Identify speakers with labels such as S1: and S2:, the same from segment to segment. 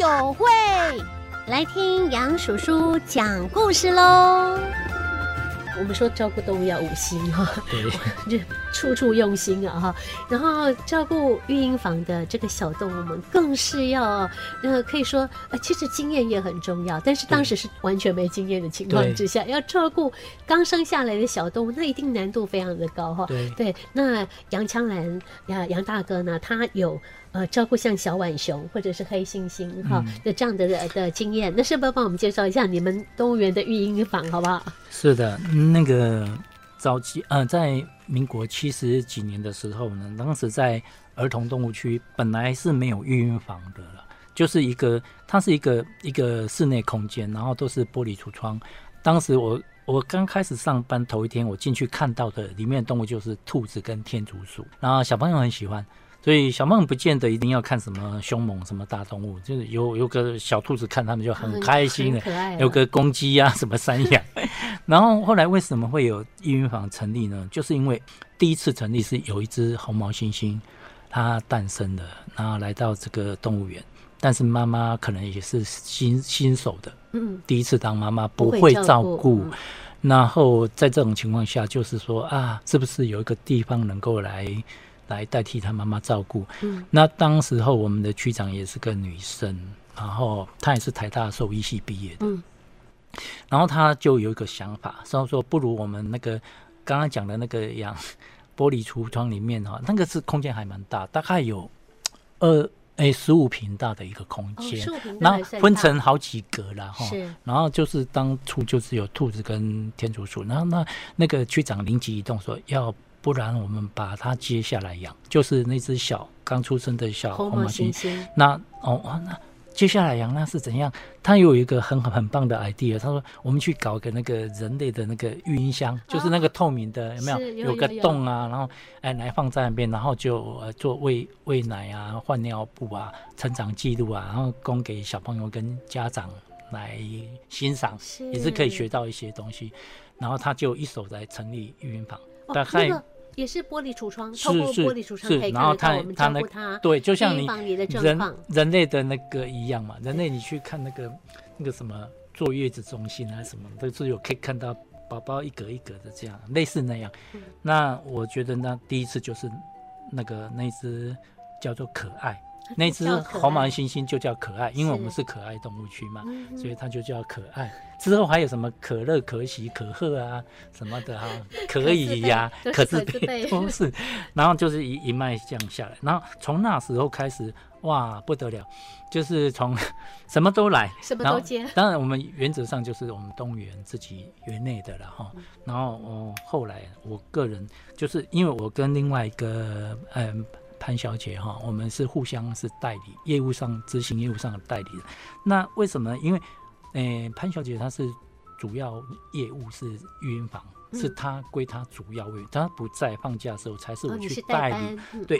S1: 友会，
S2: 来听杨叔叔讲故事喽。我们说照顾动物要五心哈，
S3: 对，
S2: 就处处用心啊哈。然后照顾育婴房的这个小动物们，更是要呃，可以说呃，其实经验也很重要，但是当时是完全没经验的情况
S3: 对
S2: 之下，要照顾刚生下来的小动物，那一定难度非常的高哈。
S3: 对，
S2: 对，那杨昌兰呀，杨大哥呢，他有呃照顾像小浣熊或者是黑猩猩哈
S3: 嗯
S2: 的、这样的呃的经验，那是不是帮我们介绍一下你们动物园的育婴房好不好？
S3: 是的，那个早期呃，在民国七十几年的时候呢，当时在儿童动物区本来是没有育婴房的了，就是一个它是一个一个室内空间，然后都是玻璃橱窗。当时我我刚开始上班头一天，我进去看到的里面的动物就是兔子跟天竺鼠，然后小朋友很喜欢。所以小朋友不见得一定要看什么凶猛、什么大动物，就是有有个小兔子看他们就很开心
S2: 很
S3: 的，
S2: 可爱啊，
S3: 有个公鸡呀、什么山羊。然后后来为什么会有育婴房成立呢？就是因为第一次成立是有一只红毛猩猩，它诞生了，然后来到这个动物园，但是妈妈可能也是新新手的，
S2: 嗯，
S3: 第一次当妈妈不
S2: 会
S3: 会
S2: 照
S3: 照
S2: 顾
S3: 顾
S2: 嗯，
S3: 然后在这种情况下，就是说啊，是不是有一个地方能够来来代替他妈妈照顾？
S2: 嗯
S3: 那当时候我们的区长也是个女生，然后她也是台大兽医系毕业的，
S2: 嗯
S3: 然后她就有一个想法，所以说不如我们那个刚刚讲的那个养 玻璃橱窗里面哈、那个是空间还蛮大，大概有二诶十五平大的一个空
S2: 哦，
S3: 间。
S2: 树平
S3: 然
S2: 那
S3: 后分成好几格啦，哈，
S2: 是
S3: 然后就是当初就是有兔子跟天竺鼠，然后那那个区长灵机一动说，要不然我们把它接下来养，就是那只小刚出生的小
S2: 红
S3: 红
S2: 毛
S3: 毛
S2: 猩
S3: 猩。
S2: 猩，
S3: 那哦哦，那接下来养那是怎样？他有一个很很棒的 idea，他说我们去搞个那个人类的那个育婴箱，就是那个透明的，有没有？
S2: 啊是有
S3: 个
S2: 有有
S3: 洞啊，然后哎奶放在那边，然后就、呃、做喂喂奶啊、换尿布啊、成长记录啊，然后供给小朋友跟家长来欣赏，
S2: 是
S3: 也是可以学到一些东西。然后他就一手来成立育婴房，
S2: 哦
S3: 大概
S2: 那个也是玻璃橱窗，透
S3: 是
S2: 过
S3: 是
S2: 玻璃橱窗
S3: 是
S2: 可以
S3: 然后
S2: 看得到
S3: 它
S2: 我们
S3: 它
S2: 照
S3: 那
S2: 顾它，
S3: 对，就像
S2: 育婴
S3: 你
S2: 房里的状
S3: 人
S2: 况，
S3: 人类的那个一样嘛，人类你去看那个那个什么坐月子中心啊什么，都是有可以看到宝宝一格一格的这样，类似那样。
S2: 嗯
S3: 那我觉得那第一次就是那个那一只叫做可爱，那只
S2: 啊叫可爱
S3: 红毛猩猩就叫可爱，因为我们
S2: 是
S3: 是可爱动物区嘛。
S2: 嗯
S3: 所以它就叫可爱。之后还有什么可乐、可喜、可贺啊什么 的哈、可以呀、
S2: 可
S3: 可
S2: 字
S3: 字
S2: 辈
S3: 辈
S2: 都
S3: 都是。然后就是一一脉这样下来，然后从那时候开始，哇，不得了，就是从什么都来，
S2: 什么
S3: 然
S2: 都
S3: 后
S2: 接，
S3: 当然，我们原则上就是我们动物园自己园内的了哈。
S2: 嗯
S3: 然后哦，后来我个人就是因为我跟另外一个嗯、潘小姐哈，我们是互相是代理，业务上执行业务上的代理人。那为什么呢？因为诶、呃潘小姐她是主要业务是育婴房，
S2: 嗯
S3: 是她归她主要业务，她不在放假的时候才是
S2: 哦，
S3: 我
S2: 你
S3: 去
S2: 是代
S3: 理
S2: 班，嗯
S3: 对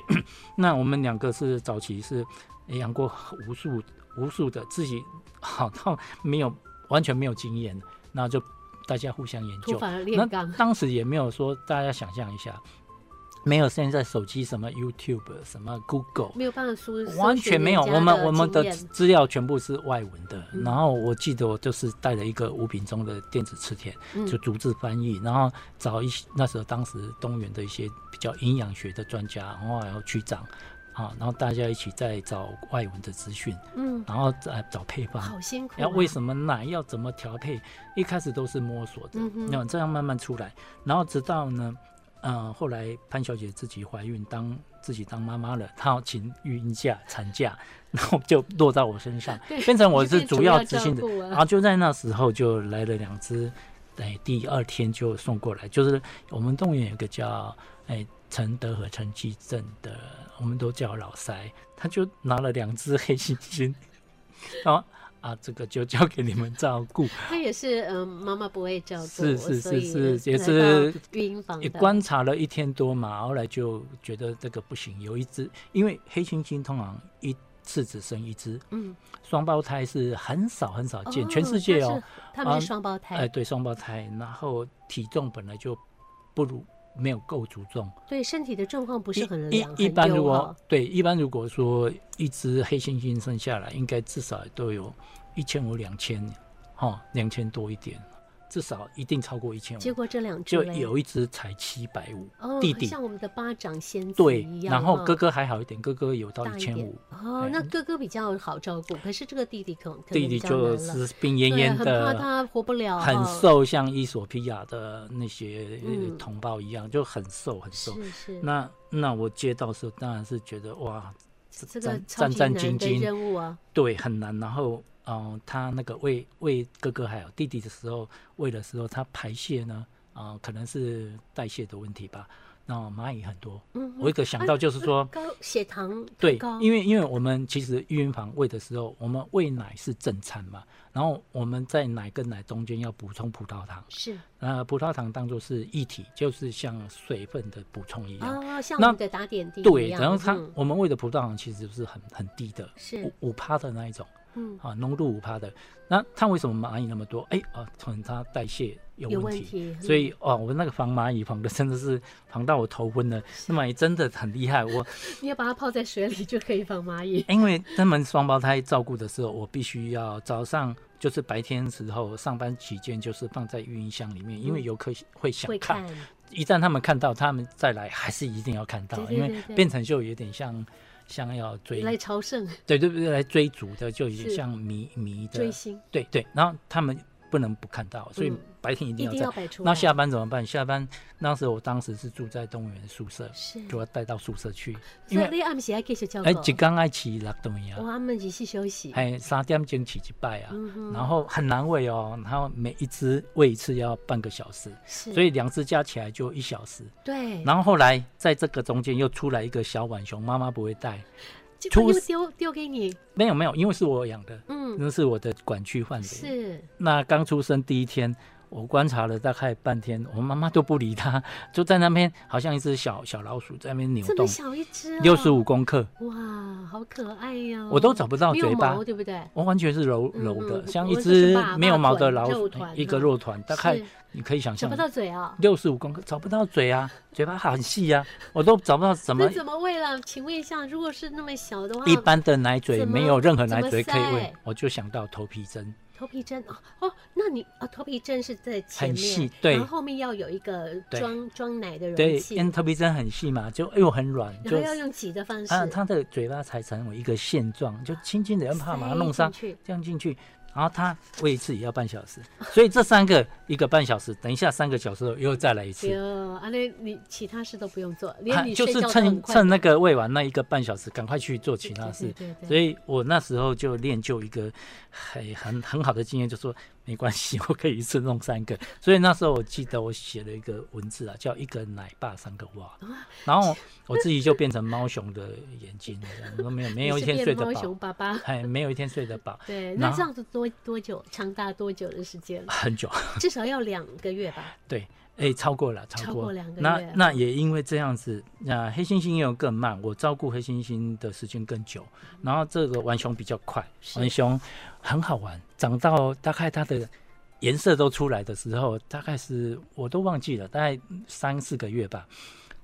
S3: 那我们两个是早期是养过无数无数的，自己好到没有完全没有经验，那就大家互相研
S2: 土
S3: 究。
S2: 法
S3: 那
S2: 炼钢，
S3: 当时也没有说大家想象一下，没有现在手机什么 YouTube 什么 Google，
S2: 没有办法搜，
S3: 完全没有，我们我们的
S2: 的
S3: 资料全部是外文的。
S2: 嗯
S3: 然后我记得我就是带了一个五品中的电子词典，
S2: 嗯
S3: 就逐字翻译，然后找一些那时候当时东园的一些比较营养学的专家，然后还有区长啊，然后大家一起在找外文的资讯，
S2: 嗯，
S3: 然后再找配方。
S2: 好辛苦啊，
S3: 要为什么奶要怎么调配，一开始都是摸索的
S2: 嗯哼，
S3: 那、这样慢慢出来，然后直到呢，呃，后来潘小姐自己怀孕，当自己当妈妈了，她要请育婴假、产假，然后就落到我身上
S2: 对，
S3: 变成我
S2: 你变
S3: 是主要执
S2: 照
S3: 行的，
S2: 顾啊
S3: 然后就在那时候就来了两只，哎，第二天就送过来，就是我们动物园有个叫哎陈德和陈继正的，我们都叫老塞，他就拿了两只黑猩猩， 然后啊这个就交给你们照顾，
S2: 他也是，嗯，妈妈不会照顾，
S3: 是是
S2: 所以
S3: 是是也
S2: 来
S3: 是
S2: 到育婴房
S3: 也
S2: 的
S3: 观察了一天多嘛，后来就觉得这个不行，有一只，因为黑猩猩通常一次只生一只，
S2: 嗯，
S3: 双胞胎是很少很少见，
S2: 哦
S3: 全世界哦。
S2: 他是他们
S3: 啊
S2: 是双胞胎，
S3: 哎，对，双胞胎，然后体重本来就不如没有够注重。
S2: 对身体的状况不
S3: 一
S2: 是很
S3: 一
S2: 良
S3: 一般如
S2: 很优
S3: 果
S2: 哈
S3: 对一般如果说一只黑猩猩生下来，应该至少都有一千五两千，哈两千多一点，至少一定超过一千
S2: 结
S3: 五。
S2: 果这两只
S3: 就
S2: 嘞
S3: 有一只才七百五，
S2: 哦，
S3: 弟弟
S2: 像我们的巴掌仙子
S3: 对
S2: 一，样
S3: 然后
S2: 哈
S3: 哥哥还好一点，哥哥有到
S2: 大
S3: 一
S2: 一
S3: 千
S2: 点
S3: 五，
S2: 哦
S3: 哎，
S2: 那哥哥比较好照顾，可是这个弟弟可能可能
S3: 弟弟
S2: 比较难
S3: 就
S2: 了
S3: 是病
S2: 对
S3: 恹
S2: 很
S3: 恹
S2: 怕
S3: 的，
S2: 他哦活不了，
S3: 很
S2: 哈，
S3: 瘦，像伊索比亚的那些呃
S2: 嗯
S3: 同胞一样，就很瘦很瘦。
S2: 是是，
S3: 那那我接到的时候，当然是觉得哇，
S2: 这个
S3: 战
S2: 超
S3: 战
S2: 级
S3: 战
S2: 难
S3: 兢
S2: 的
S3: 兢，
S2: 任务啊，
S3: 对，很难。然后，嗯、他那个喂喂哥哥还有弟弟的时候，喂的时候，他排泄呢，啊、可能是代谢的问题吧。那蚂蚁很多，
S2: 嗯哼，
S3: 我一个想到就是说，
S2: 高血糖太
S3: 对
S2: 高，
S3: 因为因为我们其实育婴房喂的时候，我们喂奶是正餐嘛，然后我们在奶跟奶中间要补充葡萄糖，
S2: 是
S3: 那葡萄糖当做是液体，就是像水分的补充一样。
S2: 哦，像我
S3: 那
S2: 们的打点滴
S3: 对，
S2: 一样
S3: 然后它、
S2: 嗯
S3: 我们喂的葡萄糖其实是很很低的，
S2: 是
S3: 五五趴的那一种
S2: 嗯
S3: 啊，浓度五趴的。那它为什么蚂蚁那么多？哎啊，可能它代谢有
S2: 有
S3: 问
S2: 问
S3: 题。
S2: 题，嗯
S3: 所以哦，我那个防蚂蚁防的真的是防到我头昏了，那蚂蚁真的很厉害。我
S2: 嗯你要把它泡在水里就可以防蚂蚁，
S3: 因为他们双胞胎照顾的时候，我必须要早上就是白天时候上班期间，就是放在育婴箱里面，因为游客会想
S2: 会
S3: 看，
S2: 看
S3: 一旦他们看到，他们再来还是一定要看到，
S2: 对对
S3: 因
S2: 对
S3: 为
S2: 对
S3: 变成就有点像像要追，
S2: 来朝圣
S3: 对对对，来追逐的，就有点
S2: 是
S3: 像迷迷的
S2: 追，星，
S3: 对啊对，然后他们不能不看到，所以
S2: 嗯
S3: 白天一定
S2: 一
S3: 要
S2: 定
S3: 在。
S2: 要摆出来。
S3: 那下班怎么办？下班那时候我当时是住在动物园的宿舍，
S2: 是，
S3: 就要带到宿舍去，因
S2: 所以
S3: 为
S2: 你暗时还继续照顾
S3: 哎，，一刚爱起六动呀
S2: 我。阿哦们一起休息，
S3: 哎，三点钟起一拜啊，
S2: 嗯哼
S3: 然后很难喂哦，然后每一只喂一次要半个小时，
S2: 是，
S3: 所以两只加起来就一小时。
S2: 对，
S3: 然后后来在这个中间又出来一个小浣熊，妈妈不会带，
S2: 结
S3: 出
S2: 果又丢丢给你，
S3: 没有没有，因为是我养的，
S2: 嗯，
S3: 那是我的管区范围。
S2: 是
S3: 那刚出生第一天。我观察了大概半天，我妈妈都不理它，就在那边好像一只小小老鼠在那边扭
S2: 这
S3: 动
S2: 么，小一只、哦，
S3: 六十五公克，
S2: 哇，好可爱呀、
S3: 我都找不到
S2: 没有
S3: 嘴巴
S2: 毛，对不对？
S3: 我完全是柔
S2: 嗯
S3: 柔的，
S2: 嗯
S3: 像
S2: 我
S3: 一
S2: 就是
S3: 只
S2: 把
S3: 没有
S2: 把
S3: 毛的
S2: 腿
S3: 老
S2: 肉
S3: 鼠哎
S2: 团，
S3: 一个
S2: 啊
S3: 肉团，大概
S2: 是
S3: 你可以想
S2: 找
S3: 象
S2: 不，到嘴啊、
S3: 六十五公克找不到嘴啊，嘴巴很细啊，我都找不到怎么
S2: 那怎么喂了？请问一下，如果是那么小的话，
S3: 一般的奶嘴
S2: 啊怎么
S3: 没有任何奶嘴
S2: 怎
S3: 可
S2: 么塞
S3: 以喂，我就想到头皮针，
S2: 头皮针哦哦，那你啊，头皮针是在前
S3: 很
S2: 面
S3: 细，对
S2: 然后后面要有一个
S3: 对
S2: 装装奶的容
S3: 对，
S2: 器
S3: 因，为头皮针很细嘛，就哎又很软，
S2: 然
S3: 就
S2: 后要用挤的方式，
S3: 啊，它的嘴巴才成为一个线状，就轻轻的，怕把它
S2: 塞
S3: 弄伤
S2: 进，去
S3: 这样进去。然后它喂一次也要半小时，所以这三个一个半小时，等一下三个小时后又再来一次。
S2: 哟，啊，那你其他事都不用做，
S3: 啊
S2: 连你
S3: 就
S2: 睡
S3: 是
S2: 觉都很
S3: 趁
S2: 快。
S3: 趁那个喂完那一个半小时，赶快去做其他
S2: 对
S3: 事。
S2: 对对
S3: 所以我那时候就练就一个很很很好的经验，就说没关系，我可以一次弄三个。所以那时候我记得我写了一个文字啊，叫一个奶爸三个娃，然后我自己就变成猫熊的眼睛了，我都没有没
S2: 你
S3: 有一
S2: 是
S3: 天
S2: 变
S3: 睡得
S2: 猫熊
S3: 饱，
S2: 爸爸。
S3: 哎，没有一天睡得饱，
S2: 对，
S3: 然
S2: 那
S3: 后？
S2: 这样子多多久？长达多久的时间
S3: 很久。
S2: 至少要两个月吧。
S3: 对，哎，超过了，
S2: 嗯超
S3: 超
S2: 过
S3: 过
S2: 两个
S3: 那
S2: 月啊
S3: 那也因为这样子，那黑猩猩又更慢，我照顾黑猩猩的时间更久，然后这个浣熊比较快，
S2: 嗯是
S3: 浣熊很好玩，长到大概它的颜色都出来的时候，大概是我都忘记了，大概三四个月吧。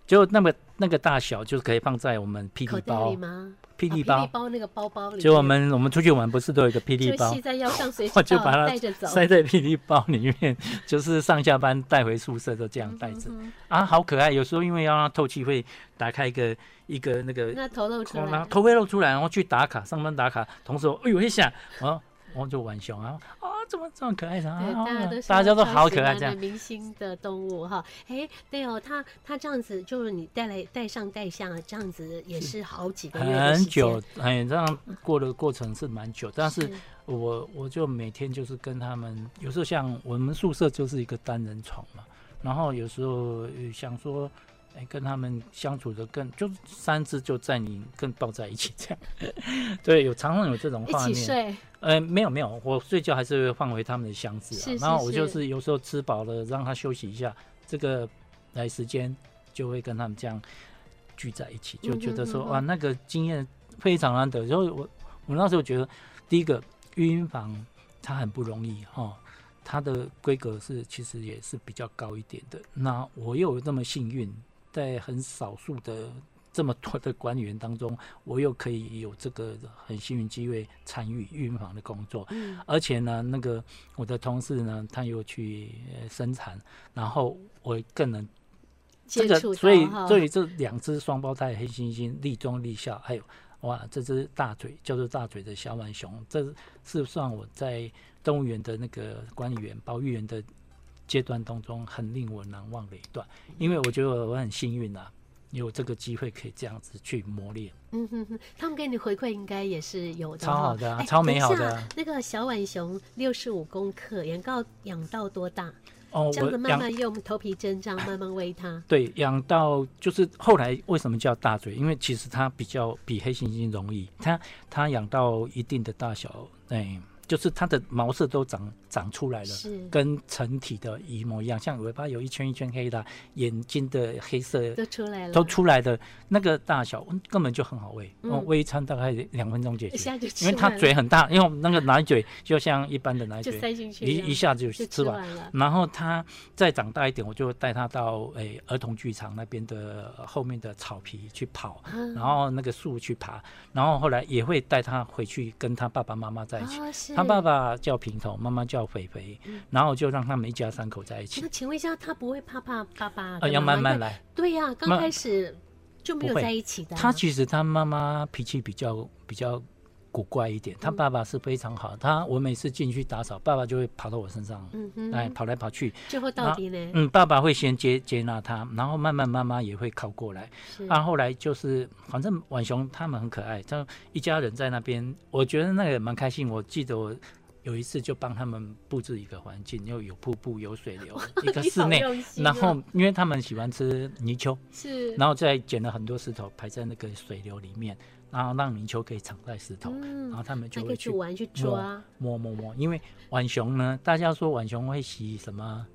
S3: 就那么那个大小，就是可以放在我们霹
S2: 口
S3: 雳
S2: 袋
S3: 包
S2: 里，吗？
S3: 霹雳
S2: 啊霹
S3: 包
S2: 雳。包那个包包里面。
S3: 就我们我们出去玩，不是都有一个霹雳
S2: 就
S3: 包？
S2: 系在腰上，随
S3: 我
S2: 时
S3: 就
S2: 到
S3: 把它
S2: 带着走。
S3: 塞在霹雳包里面，就是上下班带回宿舍都这样带
S2: 嗯
S3: 着、啊，好可爱。有时候因为要让它透气，会打开一个一个那个
S2: 那头露出
S3: 空啊，
S2: 来，
S3: 头会露出来，然后去打卡，上班打卡。同时我，哎呦一下，然后然后就浣熊啊，啊，怎么这么可爱啊？
S2: 对，大家都是
S3: 大家都好可
S2: 超喜欢
S3: 爱，这样
S2: 的明星的动物哈。哎，对哦，它它这样子就是你带来带上带下，这样子也是好几个月的
S3: 很
S2: 时间
S3: 久，哎，这样过的过程是蛮久，但是
S2: 是
S3: 我我就每天就是跟他们，有时候像我们宿舍就是一个单人床嘛，然后有时候呃想说，哎，跟他们相处的更，就三只就在你更抱在一起这样， 对，有常常有这种
S2: 一
S3: 画
S2: 起
S3: 面。
S2: 睡，
S3: 呃，没有没有，我睡觉还是会放回他们的箱子啊，
S2: 是是
S3: 然后我就是是有时候吃饱了让他休息一下，这个来时间就会跟他们这样聚在一起，就觉得说
S2: 嗯哼嗯哼
S3: 哇，那个经验非常难得。然后我我那时候觉得，第一个育婴房它很不容易哈、哦，它的规格是其实也是比较高一点的。那我又有那么幸运，在很少数的这么多的官员当中，我又可以有这个很幸运机会参与运房的工作。
S2: 嗯
S3: 而且呢，那个我的同事呢，他又去呃生产，然后我更能这
S2: 接
S3: 个，
S2: 触到
S3: 所以
S2: 哈
S3: 对于这两只双胞胎黑猩猩立中立下，还有哇，这只大嘴叫做大嘴的小浣熊，这是算我在动物园的那个管理员、保育员的阶段当中很令我难忘的一段，因为我觉得我很幸运啊，有这个机会可以这样子去磨练。
S2: 嗯哼哼，他们给你回馈应该也是有的哈，
S3: 超好的啊
S2: 哎
S3: 超美好的
S2: 等一下那个小浣熊六十五公克，养到养到多大？
S3: 哦，
S2: 这
S3: 我
S2: 样子慢
S3: 养
S2: 慢用头皮针这样慢慢喂它。
S3: 对，养到就是后来为什么叫大嘴？因为其实它比较比黑猩猩容易，它它养到一定的大小，哎，就是它的毛色都长长出来了
S2: 是，
S3: 跟成体的一模一样，像尾巴有一圈一圈黑的啊，眼睛的黑色
S2: 都出来了，
S3: 都出来的那个大小，嗯根本就很好喂，
S2: 嗯
S3: 哦喂一餐大概两分钟解
S2: 一
S3: 决，
S2: 下就吃
S3: 因
S2: 完
S3: 为它
S2: 了
S3: 嘴很大，因为我们那个奶嘴就像一般的奶
S2: 就
S3: 嘴，
S2: 塞进去
S3: 一
S2: 这样，
S3: 一下就
S2: 就
S3: 吃完。
S2: 完了。
S3: 然后他再长大一点，我就带他到诶、儿童剧场那边的呃后面的草皮去跑，
S2: 然
S3: 然后那个树去爬，然后后来也会带他回去跟他爸爸妈妈在一起。
S2: 起
S3: 他爸。爸叫平头，妈妈叫肥肥，
S2: 嗯
S3: 然后就让他们一家三口在一起
S2: 那。请问一下，他不会怕怕爸嗯爸？
S3: 呃，要慢慢。来。
S2: 对呀，刚
S3: 慢
S2: 开始就没有
S3: 不会
S2: 在一起的啊。
S3: 他其实他妈妈脾气比较比较古怪
S2: 嗯
S3: 一点，他爸爸是非常好。他我每次进去打扫，爸爸就会爬到我身上，
S2: 嗯哼，
S3: 哎，跑来跑去。
S2: 最后到底呢？
S3: 嗯，爸爸会先接接纳他，然后慢慢妈妈也会靠过来。
S2: 是
S3: 啊，后来就是，反正浣熊他们很可爱，他们一家人在那边，我觉得那个也蛮开心。我记得我有一次就帮他们布置一个环境，又有瀑布，有水 流，一个
S2: 你
S3: 室
S2: 好
S3: 内。
S2: 用心
S3: 然
S2: 哦
S3: 后，因为他们喜欢吃泥鳅，
S2: 是
S3: 然后再捡了很多石头排在那个水流里面，然后让泥鳅可以藏在石头，
S2: 嗯
S3: 然后他们
S2: 那
S3: 就
S2: 个
S3: 会去
S2: 煮完去抓
S3: 摸，摸摸摸。因为浣熊呢，大家说浣熊会洗什么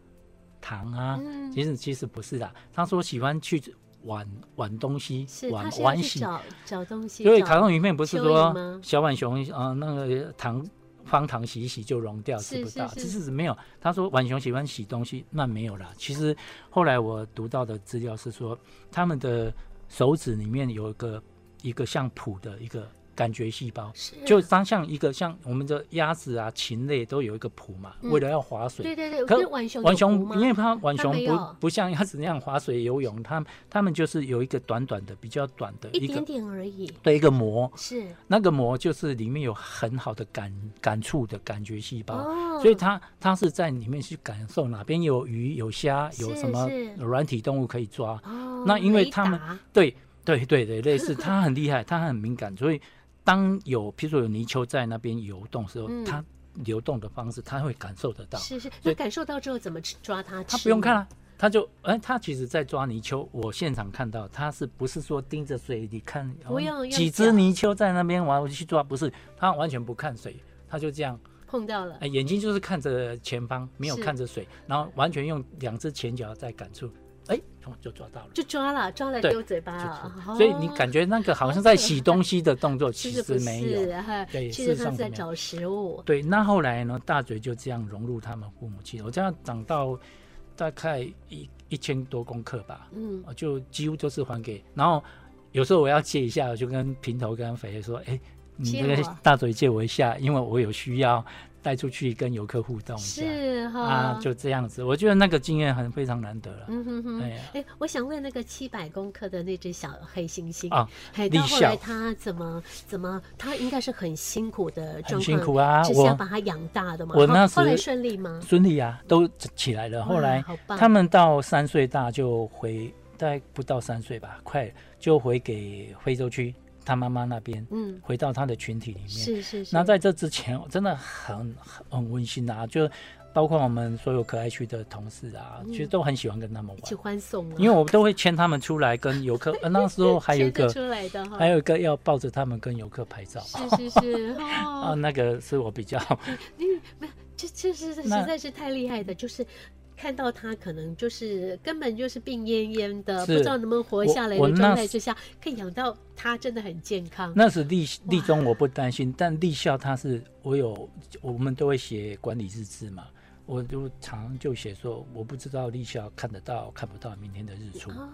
S3: 糖啊？
S2: 嗯，
S3: 其实其实不是啦，他说喜欢去玩玩东西
S2: 是，
S3: 玩
S2: 他是要
S3: 玩
S2: 去
S3: 洗。
S2: 找找东西，
S3: 所以
S2: 找
S3: 卡通影片不是
S2: 蚯蚓
S3: 说
S2: 吗
S3: 小浣熊啊、呃那个糖方糖洗一洗就溶掉
S2: 是
S3: 吃不到，
S2: 是
S3: 其
S2: 是
S3: 实没有。他说浣熊喜欢洗东西，那没有啦。其实后来我读到的资料是说，他们的手指里面有一个一个像蹼的一个感觉细胞。
S2: 是
S3: 就当像一个像我们的鸭子啊、禽类都有一个蹼嘛，
S2: 嗯
S3: 为了要划水，
S2: 对对对，
S3: 可
S2: 可是浣熊
S3: 浣
S2: 有毒
S3: 熊，
S2: 吗
S3: 因为它浣
S2: 它
S3: 熊
S2: 没有
S3: 不不像鸭子那样划水游泳，它它们就是有一个短短的、比较短的
S2: 一
S3: 一
S2: 点
S3: 个
S2: 点而已，
S3: 对一个膜，
S2: 是
S3: 那个膜就是里面有很好的感感触的感觉细胞，
S2: 哦，
S3: 啊所以它它是在里面去感受哪边有鱼、有虾、有
S2: 是
S3: 什么
S2: 是
S3: 软体动物可以抓。
S2: 哦，
S3: 那因为
S2: 雷
S3: 它们
S2: 达
S3: 对对对对，类似它很厉害，它很敏感，所以当有譬如说有泥鳅在那边游动的时候，
S2: 嗯
S3: 它流动的方式它会感受得到。
S2: 是是，
S3: 所
S2: 那
S3: 以
S2: 感受到之后怎么吃抓它？
S3: 他不用看，啊，他就哎、他其实在抓泥鳅。我现场看到他是不是说盯着水里看？
S2: 不用
S3: 哦
S2: 用
S3: 几
S2: 脚
S3: 只泥鳅在那边玩，我就去抓，不是他完全不看水，他就这样，
S2: 碰到了
S3: 哎、，眼睛就是看着前方，没有
S2: 是
S3: 看着水，然后完全用两只前脚在感触，哎、哦就抓到了。
S2: 就抓了，抓了
S3: 对
S2: 丢嘴巴
S3: 就
S2: 啊，
S3: 抓所以你
S2: 哦
S3: 感觉那个好像
S2: 好可
S3: 在
S2: 爱
S3: 洗东西的动作，
S2: 其
S3: 其
S2: 实不
S3: 实没有
S2: 是，。哈
S3: 对
S2: 其
S3: 事
S2: 实
S3: 实
S2: 它
S3: 上
S2: 是
S3: 是
S2: 在
S3: 没有
S2: 找食物，
S3: 对，那后来呢，大嘴就这样融入他们父母亲。我这样长到大概一一千多公克吧，
S2: 嗯，
S3: 我就几乎都是还给。然后有时候我要借一下，我就跟平头跟肥肥说：“哎、你
S2: 借
S3: 这个
S2: 我
S3: 大嘴借我一下，因为我有需要带出去跟游客互动一下。”
S2: 是哦哈
S3: 啊，，就这样子，我觉得那个经验很非常难得了。
S2: 嗯哼哼。
S3: 哎呀，
S2: 哎，我想问那个七百公克的那只小黑猩猩
S3: 啊，
S2: 嘿，
S3: 立
S2: 到后来
S3: 校
S2: 它怎么怎么，它应该是很辛苦的状况，
S3: 很辛苦啊，
S2: 只是要
S3: 我
S2: 把它养大的嘛。
S3: 我
S2: 后
S3: 那时
S2: 后来顺利吗？
S3: 孙俪啊都起来了。后来
S2: 哇好棒
S3: 他们到三岁大就回，大概不到三岁吧，快就回给非洲区他妈妈那边，
S2: 嗯，
S3: 回到他的群体里面。
S2: 是是是。
S3: 那在这之前，我真的很很很温馨啊，就包括我们所有可爱区的同事啊，
S2: 嗯
S3: 其实都很喜欢跟他们
S2: 一起
S3: 玩，
S2: 欢送啊，
S3: 因为我都会牵他们出来跟游客。呃、那时候还有 一
S2: 牵得
S3: 个，
S2: 出来的哈，
S3: 还有一个要抱着他们跟游客拍照
S2: 是是是
S3: 啊，
S2: 哦，
S3: 那个是我比较
S2: 这这是实
S3: 那
S2: 在是太厉害的，就是。看到他可能就是根本就是病恹恹的，不
S3: 是
S2: 知道能不能活下来
S3: 我
S2: 的
S3: 我
S2: 状
S3: 那
S2: 态
S3: 时
S2: 之下，可以养到他真的很健康。
S3: 那时立立中我不担心，但立校它是我有我们都会写管理日志嘛，我就常就写说，我不知道立夏看得到看不到明天的日出，
S2: 哦，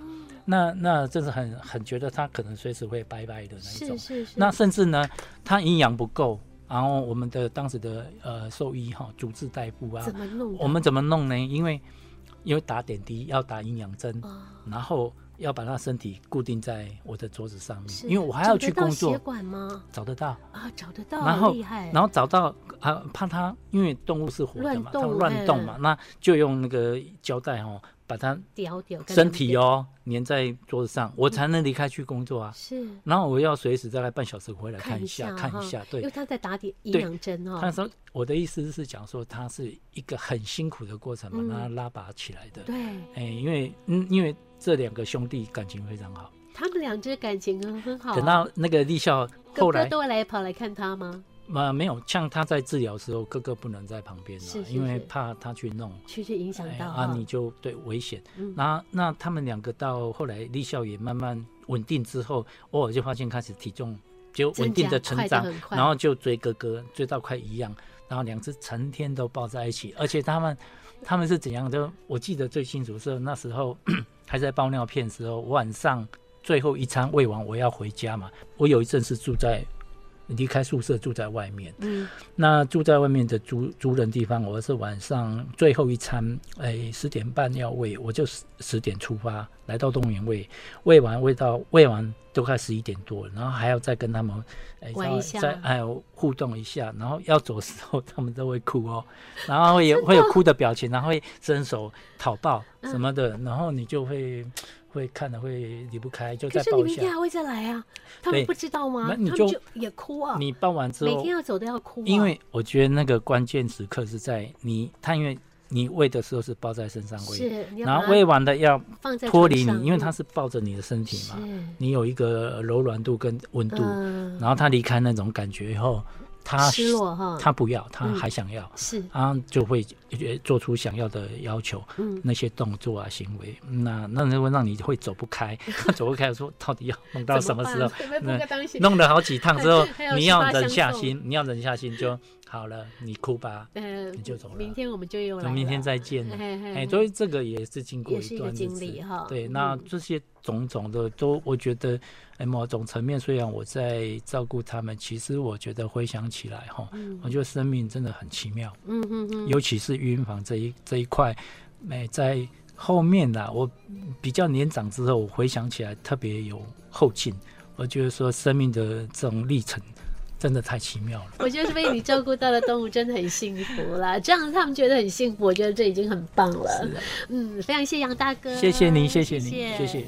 S3: 那那真是很很觉得它可能随时会拜拜的那一
S2: 是
S3: 种。
S2: 是是，
S3: 那甚至呢，它营养不够，然后我们的当时的呃兽医哈，主治大夫啊
S2: 怎，么弄的？
S3: 我们怎么弄呢？因为因为打点滴要打营养针，
S2: 哦
S3: 然后要把他身体固定在我的桌子上面，
S2: 是
S3: 因为我还
S2: 找
S3: 要
S2: 得
S3: 去
S2: 到
S3: 工
S2: 血
S3: 作，
S2: 管吗？
S3: 找得到，
S2: 啊，找得到，
S3: 然后
S2: 厉害，
S3: 然后找到啊，怕它因为动物是活的嘛，
S2: 乱
S3: 它
S2: 动嗯
S3: 乱动嘛，那就用那个胶带哦，把它
S2: 屌屌跟
S3: 身
S2: 他们
S3: 体
S2: 屌
S3: 哦粘在桌子上，我才能离开去工作啊。
S2: 是
S3: 然后我要随时大概半小时回来看一下，看
S2: 哈
S3: 一下，
S2: 因为
S3: 对。
S2: 他在打点营
S3: 对
S2: 养针
S3: 他
S2: 哦，
S3: 说：“我的意思是讲说，它是一个很辛苦的过程，把
S2: 嗯
S3: 它拉拔起来的。
S2: 对
S3: 哎、因为嗯，因为这两个兄弟感情非常好。
S2: 他们两只感情很很好啊。
S3: 等到那个立孝
S2: 哥
S3: 后
S2: 哥
S3: 来，
S2: 都会来跑来看他吗？
S3: 呃，没有，像他在治疗的时候，哥哥不能在旁边了，啊
S2: 是是
S3: 因为
S2: 是
S3: 怕他去弄，
S2: 去去影响
S3: 哎
S2: 到
S3: 啊，
S2: 哈
S3: 你就对危险。
S2: 嗯
S3: 那那他们两个到后来，立孝也慢慢稳定之后，偶尔就发现开始体重就
S2: 增
S3: 稳定的
S2: 加
S3: 成
S2: 快得
S3: 长
S2: 很，快
S3: 然后就追哥哥，追到快一样，然后两只成天都抱在一起，而且他们他们是怎样的？我记得最清楚是那时候 还在包尿片的时候，晚上最后一餐喂完，我要回家嘛，我有一阵是住在。离开宿舍住在外面，
S2: 嗯，
S3: 那住在外面的租租人地方，我是晚上最后一餐，哎，十点半要喂，我就十十点出发，来到动物园喂，喂完喂到喂完都快十一点多了，然后还要再跟他们，哎，
S2: 玩
S3: 稍微
S2: 一下
S3: 再哎互动一下，然后要走的时候他们都会哭哦，然后也会有哭的表情，然后会伸手讨抱什么
S2: 嗯
S3: 的，然后你就会会看的会离不开，就
S2: 可
S3: 再
S2: 是你
S3: 抱一
S2: 明
S3: 下
S2: 天。还会再来啊？他们
S3: 对
S2: 不知道吗？
S3: 那
S2: 他
S3: 你
S2: 们
S3: 就
S2: 就也哭啊，
S3: 你抱完之
S2: 每
S3: 后
S2: 天，要走都要哭啊。
S3: 因为我觉得那个关键时刻是在你，他因为你喂的时候是抱在身上喂，
S2: 是，你要
S3: 然
S2: 把
S3: 后
S2: 它
S3: 喂完的要
S2: 放在
S3: 脱
S2: 床
S3: 离
S2: 上嗯
S3: 你，因为它是抱着你的身体嘛，
S2: 是
S3: 你有一个柔软度跟温度，
S2: 嗯
S3: 然后它离开那种感觉以后，它
S2: 失落哈，
S3: 它不要，它
S2: 嗯
S3: 还想要，
S2: 是
S3: 它就会呃做出想要的要求，
S2: 嗯
S3: 那些动作啊行为，那那就会让你会走不 开，走不开说到底要弄到什么时候？？
S2: 怎办会不会
S3: 那
S2: 不当 心
S3: 弄了好几趟之后
S2: 还有，
S3: 你要
S2: 十八
S3: 忍
S2: 相
S3: 下
S2: 送
S3: 心，你要忍下心就好了，你哭吧，
S2: 呃，
S3: 你就走了
S2: 明天我们就又
S3: 我
S2: 来了，
S3: 们明天再见了。
S2: 嘿嘿
S3: 哎，
S2: 嘿
S3: 所以这个也是经过
S2: 也是一个
S3: 段日
S2: 经
S3: 子
S2: 历哈
S3: 对，那
S2: 嗯
S3: 这些种种的都，我觉得，哎，某种层面，虽然我在照顾他们，其实我觉得回想起来哈，
S2: 嗯
S3: 我觉得生命真的很奇妙，
S2: 嗯嗯嗯，
S3: 尤其是孕房这一这一块，哎，在后面啦，我比较年长之后，我回想起来特别有后劲。我觉得说生命的这种历程，真的太奇妙了。
S2: 我觉得被你照顾到的动物真的很幸福啦，这样他们觉得很幸福，我觉得这已经很棒了。嗯，非常谢谢杨大哥，
S3: 谢谢您，谢谢您，
S2: 谢
S3: 谢谢